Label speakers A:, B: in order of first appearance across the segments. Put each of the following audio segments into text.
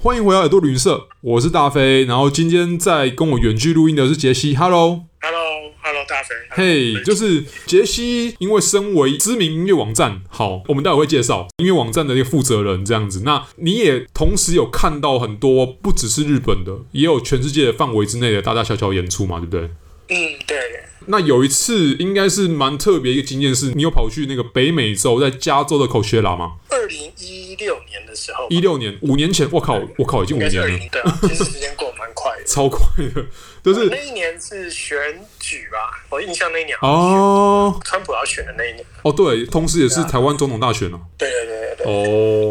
A: 欢迎回到耳朵旅行社，我是大飞。然后今天在跟我远距录音的是杰西，Hello。
B: Hello，Hello，大肥。
A: 嘿、
B: Hello，
A: 就是杰西，因为身为知名音乐网站，好，我们待会会介绍音乐网站的一个负责人这样子。那你也同时有看到很多，不只是日本的，也有全世界的范围之内的大大小小演出嘛，对不对？
B: 嗯，对，
A: 那有一次应该是蛮特别一个经验，是你有跑去那个北美洲，在加州的 Coachella 吗？
B: 二零一六年的时候吧，
A: 一六年，五年前，我靠，我靠，已经
B: 应
A: 五
B: 该
A: 年
B: 是二
A: 了，
B: 零，对啊，其实时间过得蛮快的。
A: 超快的，就是
B: 那一年是选举吧，我印象那一年，
A: 哦
B: 川普要选的那一年。
A: 哦，对，同时也
B: 啊
A: 是台湾总统大选哦、
B: 对对对对对，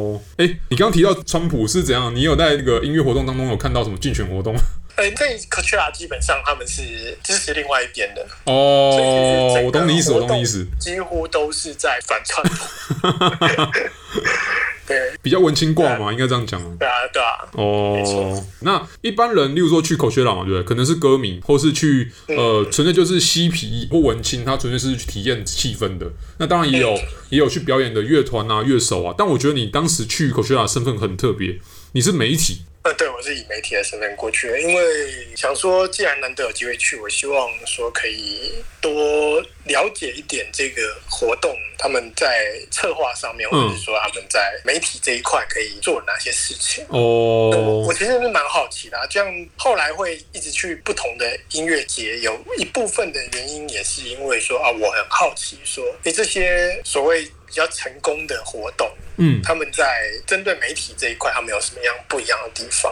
A: 哦，哎、你刚刚提到川普是怎样？你有在那个音乐活动当中有看到什么竞选活 动吗？
B: 哎，这 Coachella 基本上他们是支持另外一边的，所以其
A: 哦
B: 实整，个
A: 我懂你意思，我懂你意思
B: 活，动几乎都是在反川普。 对
A: 比较文青挂嘛，应该这样讲啊。
B: 对啊对啊，没
A: 哦
B: 错，
A: 那一般人，例如说去 Coachella 嘛，对不对？可能是歌迷，或是去呃，纯粹就是嬉皮或文青，他纯粹是去体验气氛的。那当然也有也有去表演的乐团啊、乐手啊。但我觉得你当时去 Coachella 的身份很特别，你是媒体
B: 呃，对，我是以媒体的身份过去的，因为想说，既然难得有机会去，我希望说可以多了解一点这个活动，他们在策划上面，
A: 嗯
B: 或者是说他们在媒体这一块可以做哪些事情。
A: 哦
B: 呃我。其实是蛮好奇的、啊，这样后来会一直去不同的音乐节，有一部分的原因也是因为说啊，我很好奇说，诶，这些所谓比较成功的活动，
A: 嗯，
B: 他们在针对媒体这一块，他们有什么样不一样的地方？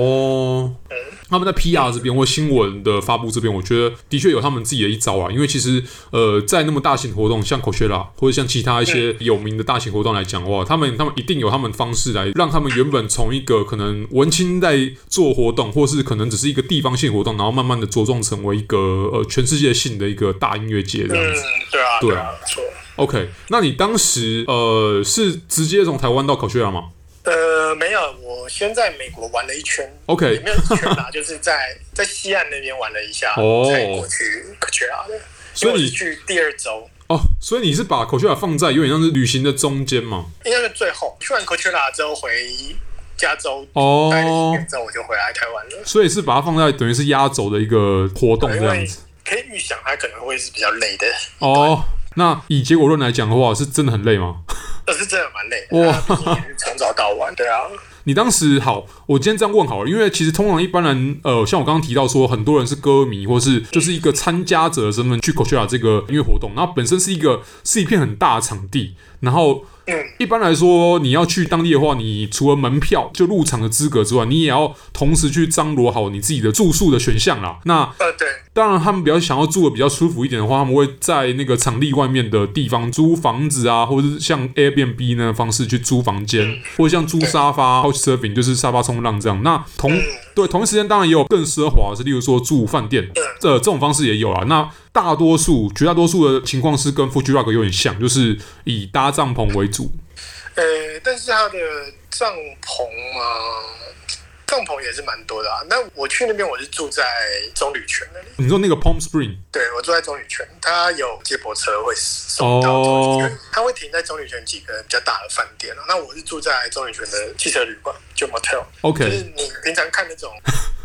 A: 哦
B: 嗯，
A: 他们在啊 PR 这边或新闻的发布这边，我觉得的确有他们自己的一招啊。因为其实呃，在那么大型活动，像 Coachella 或者像其他一些有名的大型活动来讲的话，他们他们一定有他们方式来让他们原本从一个可能文青在做活动，或是可能只是一个地方性活动，然后慢慢的茁壮成为一个呃全世界性的一个大音乐节这样
B: 嗯
A: 子。，
B: 对啊，
A: 对啊
B: 对啊，没错。
A: OK，那你当时呃是直接从台湾到 Coachella 吗
B: 呃，没有，我先在美国玩了一圈，也
A: ？OK，
B: 没有一圈啦， 就是在在西岸那边玩了一下，
A: 哦
B: 才过去科学拉的。因
A: 所
B: 为我
A: 以你
B: 是去第二周，
A: 哦，所以你是把 Coachella 放在有点像是旅行的中间嘛？
B: 应该是最后去完科学拉之后回加州待了一
A: 哦
B: 年，之后，我就回来台湾了。
A: 所以是把它放在等于是压轴的一个活动
B: 因
A: 这样
B: 为
A: 子。
B: 可以预想，它可能会是比较累的，
A: 哦，那以结果论来讲的话，是真的很累吗？
B: 但呃是真的蛮累的。
A: 哇
B: 它毕竟也是从早到晚，对啊，
A: 你当时好，我今天这样问好了，因为其实通常一般人，呃，像我刚刚提到说，很多人是歌迷或是就是一个参加者的身份去 Coachella 这个音乐活动，然后本身是一个是一片很大的场地，然后。一般来说，你要去当地的话，你除了门票就入场的资格之外，你也要同时去张罗好你自己的住宿的选项啦。那
B: 呃，对，
A: 当然，他们比较想要住的比较舒服一点的话，他们会在那个场地外面的地方租房子啊，或者是像 Airbnb 那方式去租房间，或者像租沙发 Couchsurfing，就是沙发冲浪这样。那同、对同一时间，当然也有更奢华的是，例如说住饭店，呃，这种方式也有啊。那大多数、绝大多数的情况是跟 Fuji Rock 有点像，就是以搭帐篷为主。
B: 呃，但是它的帐篷啊，帐篷也是蛮多的啊。那我去那边，我是住在棕榈泉那里，
A: 你说那个 Palm Spring
B: 对我住在棕榈泉，它有接驳车会送到棕榈
A: 哦
B: 泉，它会停在棕榈泉几个比较大的饭店啊。那我是住在棕榈泉的汽车旅馆，就 motel，就是
A: OK，
B: 你平常看那种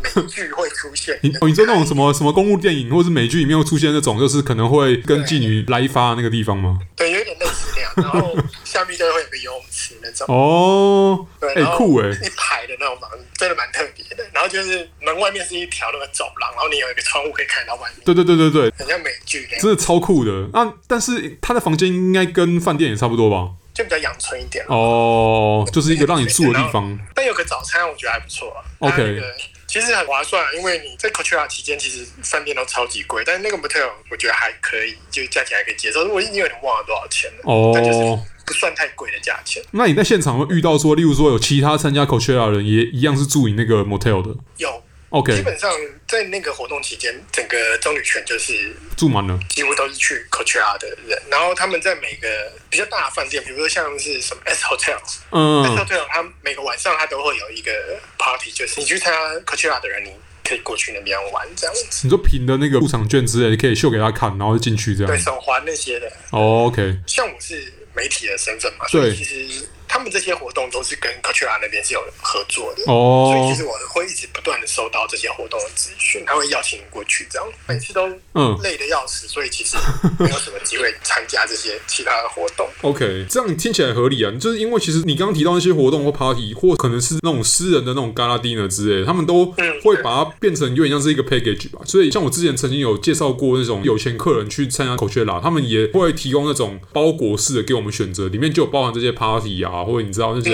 B: 美剧会出 现
A: 你
B: 的，
A: 哦，你说那种什么什么公路电影或是美剧里面会出现那种，就是可能会跟妓女来一发那个地方吗？
B: 对，有点类似那样，然后下面就会有个游泳池那种。
A: 哦，
B: 对，
A: 哎、
B: 然后
A: 酷哎、
B: 一排的那种房子，真的蛮特别的。然后就是门外面是一条那个走廊，然后你有一个窗户可以看到外面，
A: 对对对对对，
B: 很像美剧那样，
A: 真的超酷的。那、但是他的房间应该跟饭店也差不多吧？
B: 就比较阳春一点。
A: 哦，就是一个让你住的地方。
B: 但有个早餐，我觉得还不错、啊。
A: OK
B: 它那个其实很划算，因为你在 Coachella 期间，其实饭店都超级贵，但是那个 motel 我觉得还可以，就价钱还可以接受。我已经有点忘了多少钱了，但就是
A: 哦，
B: 不算太贵的价钱。
A: 那你在现场会遇到说，例如说有其他参加 Coachella 的人也一样是住你那个 motel 的
B: 有，基
A: ，OK，
B: 本上在那个活动期间，整个棕榈泉就是
A: 住满了。
B: 几乎都是去 Coachella 的人，然后他们在每个比较大的饭店，比如说像是什么 S Hotel，S、
A: 嗯，
B: Hotel 它每个晚上它都会有一个 party，就是你去参加 Coachella 的人，你可以过去那边玩这样子，
A: 你说凭的那个入场券之类，可以秀给他看，然后就进去这
B: 对
A: 样。
B: 手环那些的。
A: 哦、OK，
B: 像我是媒体的身份嘛，所
A: 对
B: 以其实它他们这些活动都是跟 Coachella 那边是有合作的，
A: 哦
B: 所以其实我会一直不断的收到这些活动的资讯，他会邀请你过去，这样每次都
A: 嗯
B: 累得要死，所以其实没有什么机会参加这些其他的活动。
A: OK，这样听起来合理啊。就是因为其实你刚刚提到那些活动或 party，或可能是那种私人的那种 gala dinner 之类的，他们都
B: 嗯
A: 会把它变成有点像是一个 package 吧。所以像我之前曾经有介绍过那种有钱客人去参加 Coachella，他们也会提供那种包裹式的给我们选择，里面就有包含这些 party 啊，或者你知道那种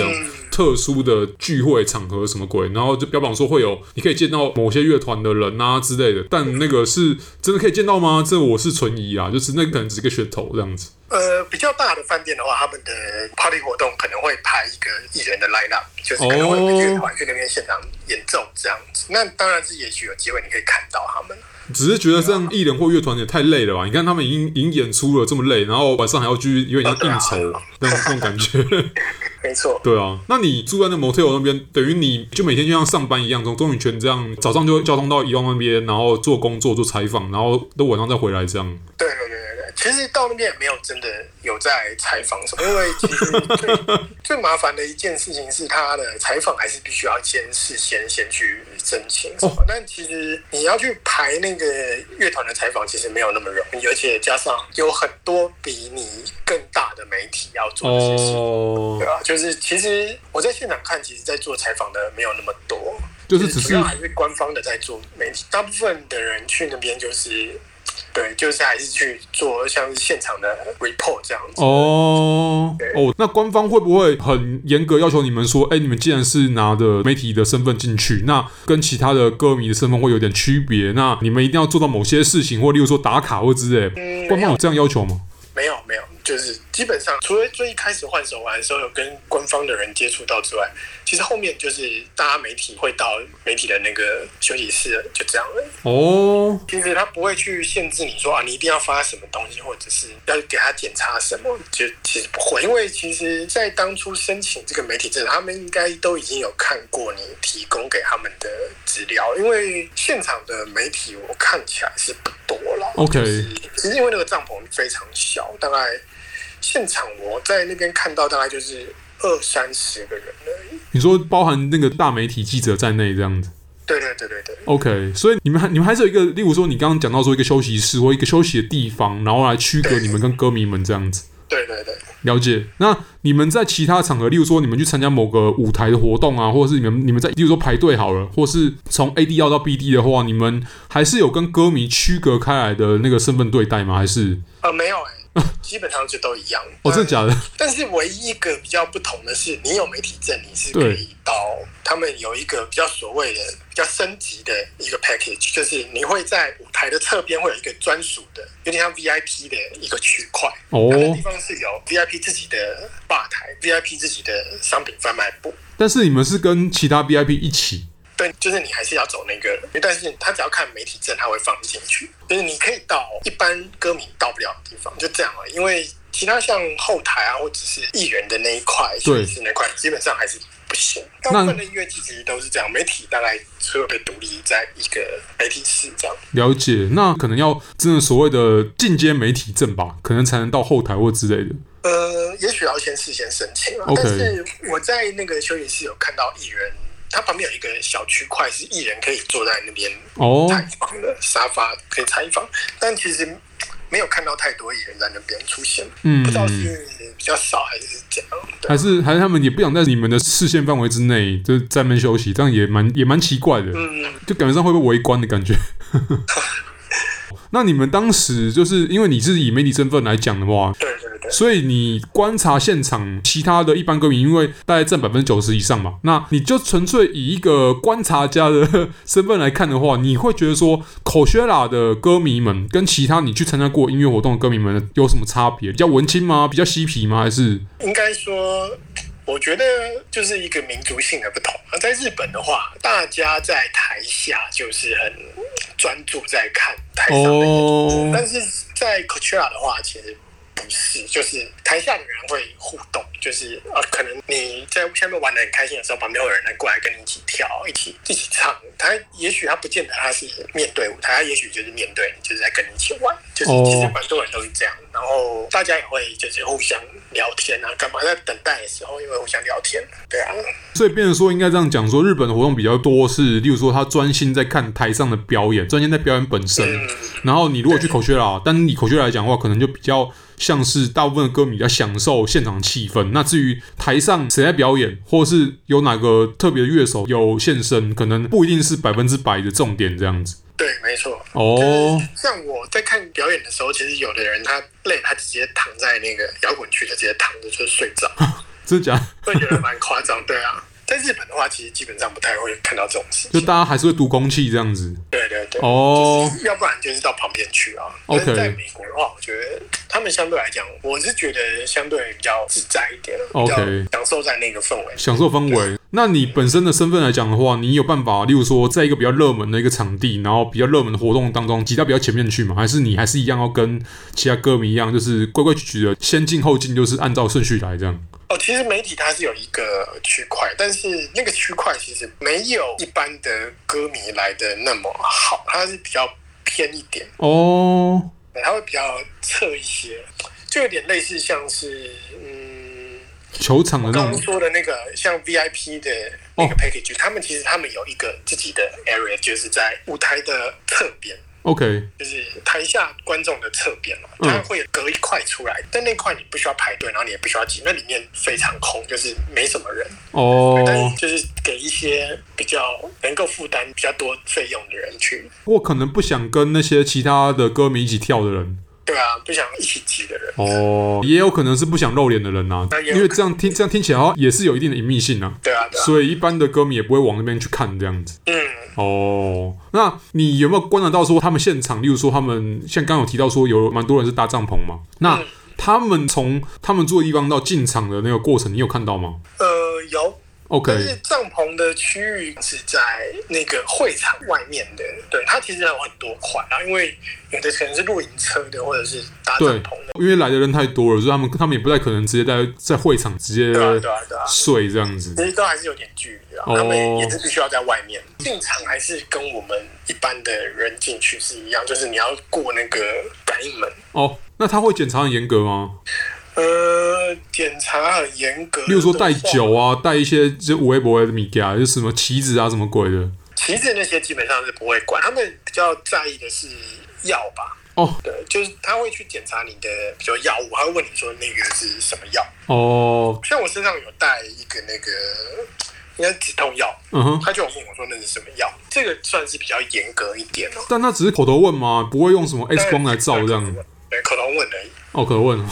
A: 特殊的聚会场合什么鬼，然后就标榜说会有你可以见到某些乐团的人啊之类的，但那个是真的可以见到吗？这我是存疑啊，就是那可能只是个噱头这样子。
B: 呃，比较大的饭店的话，他们的 party 活动可能会拍一个艺人的 line up，就是可能会有一个乐团去那边现场演奏这样子。那当然是也许有机会你可以看到他们。
A: 只是觉得这样艺人或乐团也太累了吧？你看他们已经已经演出了这么累，然后晚上还要去有点像应酬那种那种感觉。
B: 没错，
A: 对啊，那你住在那 motel 那边，等于你就每天就像上班一样，从中影圈这样，早上就交通到宜旺那边，然后做工作做采访，然后到晚上再回来这样。
B: 对对对对对，其实到那边也没有真的有在采访什么，因为其实最最麻烦的一件事情是他的采访还是必须要先事先先去申请什么。但其实你要去排那个乐团的采访，其实没有那么容易，而且加上有很多比你更大的媒体要做这些事情。
A: 哦
B: 对，啊，就是其实我在现场看，其实在做采访的没有那么多，
A: 就是只
B: 主
A: 是
B: 要还是官方的在做媒体，大部分的人去那边就是，对，就是还是去做像是现场的 report 这样子。
A: 哦
B: 对
A: 哦，那官方会不会很严格要求你们说，哎、你们既然是拿的媒体的身份进去，那跟其他的歌迷的身份会有点区别，那你们一定要做到某些事情，或例如说打卡或之类，
B: 嗯
A: 官方有这样要求吗？
B: 没有没有，就是基本上除了最一开始换手环的时候有跟官方的人接触到之外，其实后面就是大家媒体会到媒体的那个休息室，就这样了。
A: 哦
B: 其实他不会去限制你说啊，你一定要发什么东西，或者是要给他检查什么，就其实不会，因为其实，在当初申请这个媒体证，他们应该都已经有看过你提供给他们的资料，因为现场的媒体我看起来是不多了。
A: ，OK，
B: 只是因为那个帐篷非常小，大概现场我在那边看到大概就是二三十个人而已。
A: 你说包含那个大媒体记者在内这样子。
B: 对对对对对。
A: OK，所以你们还你们还是有一个，例如说你刚刚讲到说一个休息室或一个休息的地方，然后来区隔你们跟歌迷们这样子。
B: 对对对，
A: 了解。那你们在其他场合，例如说你们去参加某个舞台的活动啊，或者是你们你们在，例如说排队好了，或是从 A D 要到 B D 的话，你们还是有跟歌迷区隔开来的那个身份对待吗？还是
B: 呃，没有哎、基本上就都一样。
A: 哦，真的假的？
B: 但是唯一一个比较不同的是，你有媒体证，你是可
A: 对
B: 以到他们有一个比较所谓的比较升级的一个 package，就是你会在舞台的侧边会有一个专属的，有点像 VIP 的一个区块。
A: 哦
B: 那个地方是有 VIP 自己的吧台，VIP 自己的商品贩卖部。
A: 但是你们是跟其他 V I P 一起
B: 对，就是你还是要走那个，但是他只要看媒体证，他会放你进去。就是你可以到一般歌迷到不了的地方，就这样了。因为其他像后台啊，或者是艺人的那一块，
A: 对
B: 是那块基本上还是不行。大部分的音乐剧其实都是这样，媒体大概所有被独立在一个媒体室这样。
A: 了解，那可能要真的所谓的进阶媒体证吧，可能才能到后台或之类的。
B: 呃，也许要先事先申请啊。
A: OK
B: 但是我在那个休息室有看到艺人，他旁边有一个小区块是艺人可以坐在那边
A: 哦
B: 采访的沙发可以采访，但其实没有看到太多艺人在那边出现，
A: 嗯
B: 不知道是比较少还是怎样。对
A: 还是还是他们也不想在你们的视线范围之内，就在那边休息，这样也蛮也蛮奇怪的，就感觉上会被围观的感觉。 那你们当时就是因为你是以媒体身份来讲的话，
B: 对对对，
A: 所以你观察现场其他的一般歌迷，因为大概占百分之九十以上嘛，那你就纯粹以一个观察家的身份来看的话，你会觉得说 Coachella 的歌迷们跟其他你去参加过音乐活动的歌迷们有什么差别？比较文青吗？比较嬉皮吗？还是
B: 应该说。我觉得就是一个民族性的不同。在日本的话，大家在台下就是很专注在看台上的演出
A: 哦
B: 哦但是在 Coachella 的话，其实不不是，就是台下的人会互动，就是呃，可能你在下面玩的很开心的时候，旁边有人来过来跟你一起跳，一起一起唱。他也许他不见得他是面对舞台，他也许就是面对你，就是在跟你一起玩。就是
A: 哦
B: 其实蛮多人都是这样，然后大家也会就是互相聊天啊，干嘛在等待的时候，因为互相聊天，对啊，
A: 所以变成说，应该这样讲说，日本的活动比较多是，例如说他专心在看台上的表演，专心在表演本身。
B: 嗯
A: 然后你如果去口学啦，但你口学来讲的话，可能就比较像是大部分的歌迷在享受现场气氛。那至于台上谁在表演，或是有哪个特别的乐手有现身，可能不一定是百分之百的重点这样子。
B: 对，没错。
A: 哦，
B: 像我在看表演的时候，其实有的人他累，他直接躺在那个摇滚区，他直接躺着就睡 着，
A: 真的假的？
B: 会觉得蛮夸张，对啊。在日本的话，其实基本上不太会看到这种事
A: 就
B: 情，
A: 大家还是会读空气这样子。
B: 对对对，
A: 哦，
B: 要不然就是到旁边去啊。但
A: OK
B: 是在美国的话，我觉得他们相对来讲，我是觉得相对比较自在一点，比
A: OK
B: 较享受在那个氛围。
A: 享受氛围。那你本身的身份来讲的话，你有办法，例如说，在一个比较热门的一个场地，然后比较热门的活动当中挤到比较前面去嘛？还是你还是一样要跟其他歌迷一样，就是规规矩矩的先进后进，就是按照顺序来这样？
B: 哦，其实媒体它是有一个区块，但是那个区块其实没有一般的歌迷来的那么好，它是比较偏一点。
A: 哦，
B: 它会比较侧一些，就有点类似像是嗯，
A: 球场的那
B: 刚刚
A: 种哦
B: 说的那个像 VIP 的那个 package，、他们其实他们有一个自己的 area，就是在舞台的侧边。
A: ，OK，
B: 就是台下观众的侧边嘛，
A: 嗯
B: 它会隔一块出来，但那块你不需要排队，然后你也不需要挤，那里面非常空，就是没什么人。但
A: 哦
B: 是，就是给一些比较能够负担比较多费用的人去，
A: 我可能不想跟那些其他的歌迷一起跳的人，
B: 对啊，不想一起挤的人。
A: 哦，也有可能是不想露脸的人啊，
B: 那也有
A: 因为这样听这样听起来好像也是有一定的隐秘性啊，
B: 对啊，对啊，
A: 所以一般的歌迷也不会往那边去看这样子。
B: 嗯，
A: 哦，那你有没有观察到说他们现场，例如说他们像刚刚有提到说有蛮多人是搭帐篷嘛？那
B: 嗯
A: 他们从他们住的地方到进场的那个过程，你有看到吗
B: 呃，有但是
A: ？OK，
B: 帐篷的区域是在那个会场外面的，对，它其实有很多块，然后因为有的可能是露营车的，或者是搭帐
A: 对
B: 篷的，，
A: 因为来的人太多了，所以他们他们也不太可能直接在在会场直接
B: 对啊，对啊，对啊，
A: 睡这样子。
B: 其实都还是有点距离啊，
A: 哦
B: 他们也是必须要在外面进场，还是跟我们一般的人进去是一样，就是你要过那个感应门。
A: 哦，那他会检查很严格吗？
B: 呃，检查很严格，
A: 例如说带，酒啊，带一些就微博的米家，就是什么旗子啊，什么鬼的。
B: 旗子那些基本上是不会管，他们比较在意的是药吧，
A: 哦
B: 对，就是他会去检查你的，比如药物，他会问你说那个是什么药。
A: 哦，
B: 像我身上有带一个那个，应该是止痛药，
A: 嗯哼，
B: 他就有问我说那是什么药，这个算是比较严格一点哦。
A: 但那只是口头问吗？不会用什么 X 光来照这样子。
B: 对，口头问而已。
A: 哦，可问。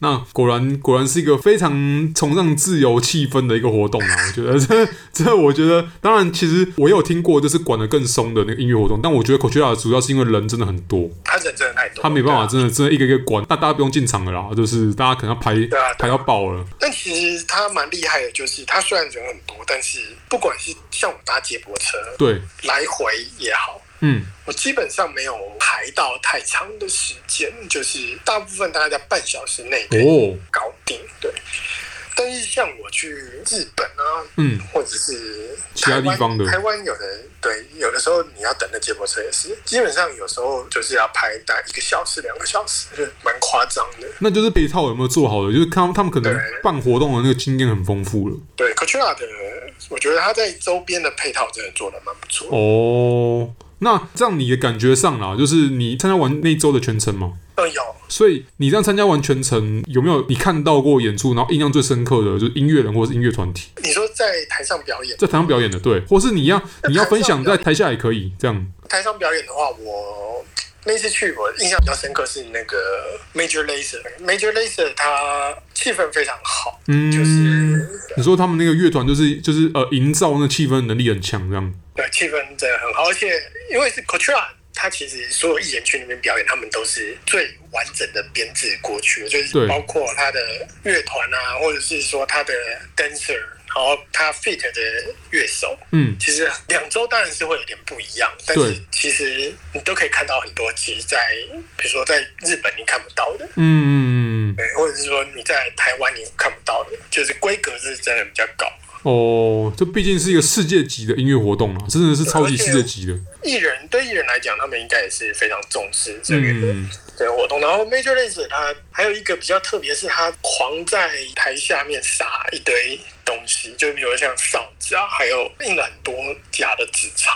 A: 那果然果然是一个非常崇尚自由气氛的一个活动啊！我觉得 这这，我觉得当然，其实我也有听过，就是管得更松的那个音乐活动，但我觉得 Coachella 主要是因为人真的很多，
B: 他人真的太多，
A: 他没办法，
B: 对啊。
A: 真的真的一个一个管，那大家不用进场了啦，就是大家可能要排
B: 对啊
A: 排到爆了。
B: 但其实他蛮厉害的，就是他虽然人很多，但是不管是像我搭接驳车
A: 对，
B: 来回也好，
A: 嗯，
B: 我基本上没有排到太长的时间，就是大部分大概在半小时内可以
A: 哦，
B: 搞定。对，但是像我去日本啊，
A: 嗯，
B: 或者是
A: 其他地方的
B: 台湾台湾有的对，有的时候你要等的接驳车也是，基本上有时候就是要排大概一个小时、两个小时，就蛮夸张的。
A: 那就是配套有没有做好的，就是看他们可能
B: 对
A: 办活动的那个经验很丰富了。
B: 对 Coachella 的，我觉得他在周边的配套真的做的蛮不错的。
A: 哦，那这样你的感觉上啦，就是你参加完那一周的全程吗？
B: 嗯，有
A: 所以你这样参加完全程，有没有你看到过演出，然后印象最深刻的就是音乐人或是音乐团体
B: 你说在台上表演，
A: 在台上表演的，对，或是你要你要分享在台下也可以这样。
B: 台上表演的话，我那次去我印象比较深刻是那个 Major Laser，Major Laser 他气氛非常好，
A: 嗯，你说他们那个乐团就是就是呃，营造那气氛能力很强这样。
B: 对，气氛真的很好，而且因为是 Coachella，它其实所有艺人去那边表演，他们都是最完整的编制过去的，就
A: 对
B: 是包括他的乐团啊，或者是说他的 dancer，然后他 fit 的乐手。
A: 嗯，
B: 其实两周当然是会有点不一样，但是
A: 对
B: 其实你都可以看到很多，其实在比如说在日本你看不到的。
A: 嗯嗯嗯嗯嗯，
B: 对，或者是说你在台湾你看不到的，就是规格是真的比较高。
A: 哦，这毕竟是一个世界级的音乐活动啊，真的是超级世界级的。
B: 艺人对艺人来讲，他们应该也是非常重视这个、
A: 嗯，
B: 这个活动。然后 Major Lazer 他还有一个比较特别，是他狂在台下面撒一堆东西，就比如像哨子啊，还有印了很多假的纸钞。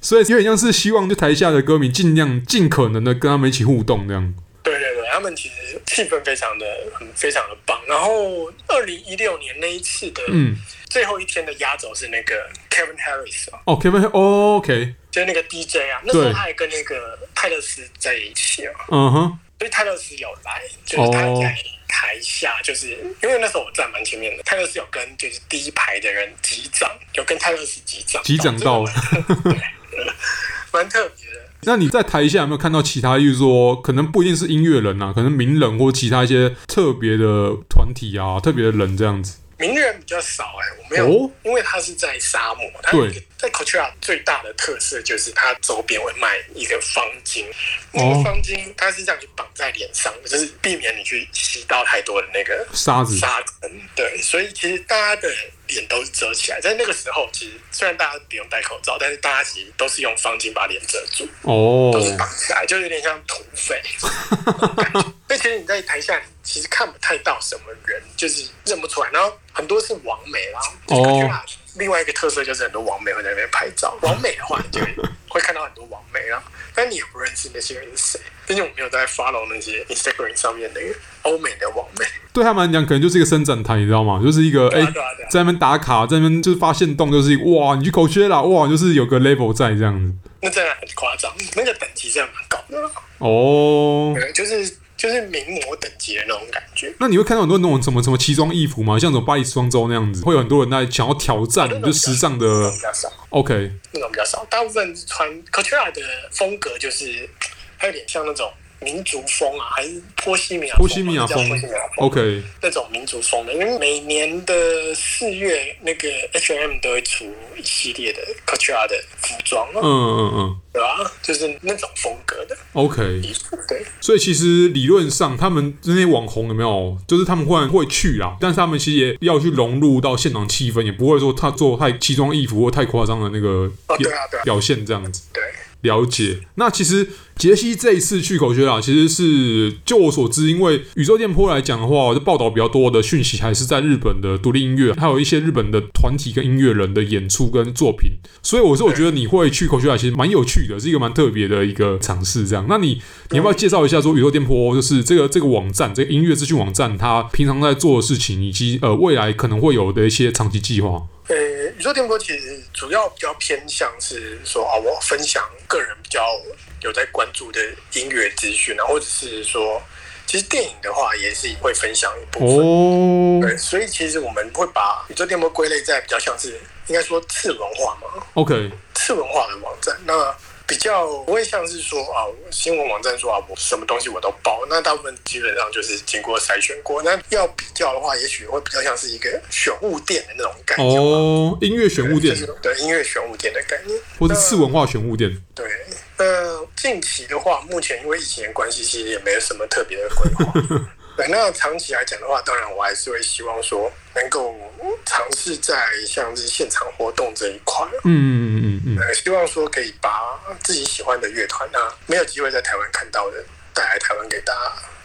A: 所以有点像是希望就台下的歌迷尽量尽可能的跟他们一起互动这样。
B: 对对对，他们其实气氛非常的很非常的棒。然后二零一六年那一次的
A: 嗯，
B: 最后一天的压轴是那个 Kevin Harris 啊，
A: 哦，Kevin，哦，OK，
B: 就是那个 DJ 啊，那时候
A: 对
B: 他还跟那个泰勒斯在一起啊，
A: 嗯哼，
B: 所以泰勒斯有来，就是他
A: 哦
B: 在台下，就是因为那时候我站蛮前面的，泰勒斯有跟就是第一排的人击掌，有跟泰勒斯击掌，
A: 击掌到 了。
B: 蛮特别的。
A: 那你在台下有没有看到其他，就是说，可能不一定是音乐人啊，可能名人或其他一些特别的团体啊、特别的人这样子？
B: 名人比较少哎、我没有，
A: 哦
B: 因为它是在沙漠，它有一个在 Coachella 最大的特色就是它周边会卖一个方巾，那
A: 哦
B: 个方巾它是让你绑在脸上的，就是避免你去吸到太多的那个
A: 沙子，
B: 沙尘。对，所以其实大家的脸都是遮起来，在那个时候，其实虽然大家不用戴口罩，但是大家其实都是用方巾把脸遮住，
A: 哦
B: 都，是绑起来，就有点像土匪。那其实你在台下其实看不太到什么人，就是认不出来。然后很多是网美啦，就是
A: 哦
B: Coachella 另外一个特色就是很多网美会在那边拍照。网美的话，你就会看到很多网美啦，但你也不认识那些人是谁。毕竟我没有在 follow 那些 Instagram 上面那个欧美的网美。
A: 对他们来讲，可能就是一个伸展台，你知道吗？就是一个哎、
B: 对啊对啊对啊
A: 在那边打卡，在那边就是发现洞，就是一个哇，你去口缺啦，哇，就是有个 level 在这样子。
B: 那真的很夸张，那个等级真的蛮高的，
A: 哦，
B: 对就是就是名模等级的那种感觉。
A: 那你会看到很多那种什么什么奇装异服吗？像什么巴黎时装周那样子，会有很多人在想要挑战，
B: 那种
A: 就时尚的
B: 比较少，
A: OK
B: 那种比较少，大部分穿 Coachella 的风格就是还有点像那种民族风啊，还是波西米亚
A: 波西米亚
B: 风
A: 风哦
B: 吧，那叫波西米亚风
A: OK，
B: 那种民族风的。因为每年的四月，那个 H&M 都会出一系列的 Coachella 的服装
A: 嗯
B: 啊，
A: 嗯嗯
B: 对吧？就是那种风格的
A: ，OK。
B: 衣服，对。
A: 所以其实理论上，他们那些网红有没有，就是他们忽然会去啦，但是他们其实也要去融入到现场气氛，也不会说他做太奇装异服或太夸张的那个
B: 哦
A: 表
B: 对啊对啊
A: 表现这样子。
B: 对，
A: 了解。那其实杰西这一次去口学啦，其实是就我所知，因为宇宙电波来讲的话，就报道比较多的讯息还是在日本的独立音乐，还有一些日本的团体跟音乐人的演出跟作品。所以我是我觉得你会去口学啦，啊其实蛮有趣的，是一个蛮特别的一个尝试。这样，那你你要不要介绍一下说宇宙电波就是这个这个网站，这个音乐资讯网站，它平常在做的事情，以及呃未来可能会有的一些长期计划？
B: 呃，宇宙电波其实主要比较偏向是说啊，我分享个人比较有在关注的音乐资讯啊，或者是说，其实电影的话也是会分享一部分。
A: 哦
B: 对，所以其实我们会把宇宙电波归类在比较像是应该说次文化嘛，
A: ，OK，
B: 次文化的网站。那比较不会像是说啊，我新闻网站说啊，我什么东西我都包。那大部分基本上就是经过筛选过。那要比较的话，也许会比较像是一个选物店的那种概念。
A: 哦，音乐玄物店
B: 就是对音乐玄武店的概念。
A: 或是次文化玄物店。
B: 对，那近期的话，目前因为疫情的关系，其实也没有什么特别的规划。对，那长期来讲的话，当然我还是会希望说能够尝试在像是现场活动这一块，
A: 嗯嗯嗯嗯嗯，
B: 呃，希望说可以把自己喜欢的乐团啊，没有机会在台湾看到的，带来台湾给大家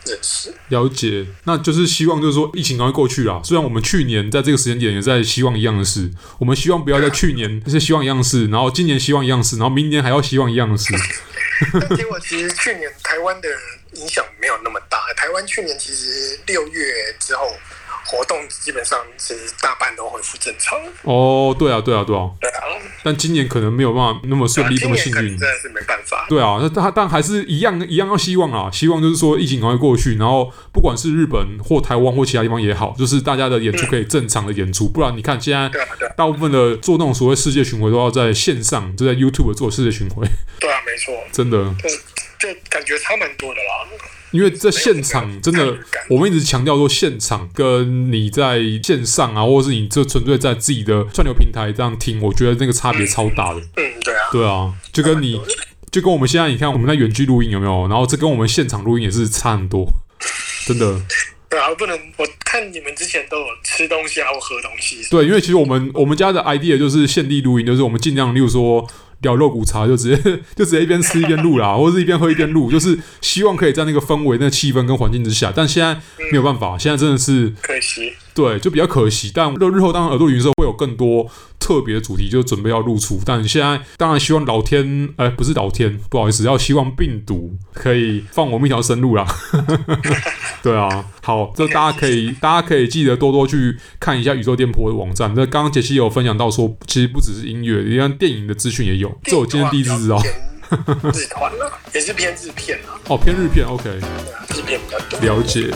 B: 认识。
A: 了解。那就是希望，就是说疫情赶快过去啦。虽然我们去年在这个时间点也在希望一样的事，我们希望不要在去年就是希望一样的事，然后今年希望一样的事，然后明年还要希望一样的事。
B: 但结果其实去年台湾的影响没有那么大，台湾去年其实六月之后活动基本上是大半都恢复正常，
A: 哦，对啊，对啊，对啊。
B: 对啊，
A: 但今年可能没有办法那么顺利，那
B: 啊今
A: 么
B: 年
A: 幸
B: 可能
A: 运
B: 真。的是没办法。
A: 对啊，那但但还是一样一样要希望啊，希望就是说疫情赶快过去，然后不管是日本或台湾或其他地方也好，就是大家的演出可以正常的演出，不然你看现在
B: 对啊，对啊，
A: 大部分的做那种所谓世界巡回都要在线上，就在 YouTube 做世界巡回，
B: 对啊，没错，
A: 真的，
B: 就就感觉差蛮多的啦。
A: 因为在现场真的，我们一直强调说现场跟你在线上啊，或者是你就纯粹在自己的串流平台这样听，我觉得那个差别超大的。
B: 嗯，对啊，
A: 对啊，就跟你就跟我们现在你看我们在远距录音有没有？然后这跟我们现场录音也是差很多。真的。
B: 对啊，不能，我看你们之前都有吃东西啊或喝东西，
A: 对，因为其实我们我们家的 idea 就是限地录音，就是我们尽量，例如说聊肉骨茶，就直接 就直接一边吃一边录啦，或者是一边喝一边录，就是希望可以在那个氛围、那个气氛跟环境之下。但现在没有办法，现在真的是
B: 可惜。
A: 对，就比较可惜。但日日后当然耳朵云社会有更多特别的主题，就准备要露出。但现在当然希望老天，哎、不是老天，不好意思，要希望病毒可以放我们一条生路啦。 对啊，好，这大家可以大家可以记得多多去看一下宇宙电波的网站。那刚刚杰西有分享到说，其实不只是音乐，你看电影的资讯也有。这我今天第一次知道。
B: 偏日团啊，也是偏日片啊，
A: 哦，偏日片，OK，
B: 对啊日片比较多。
A: 了解。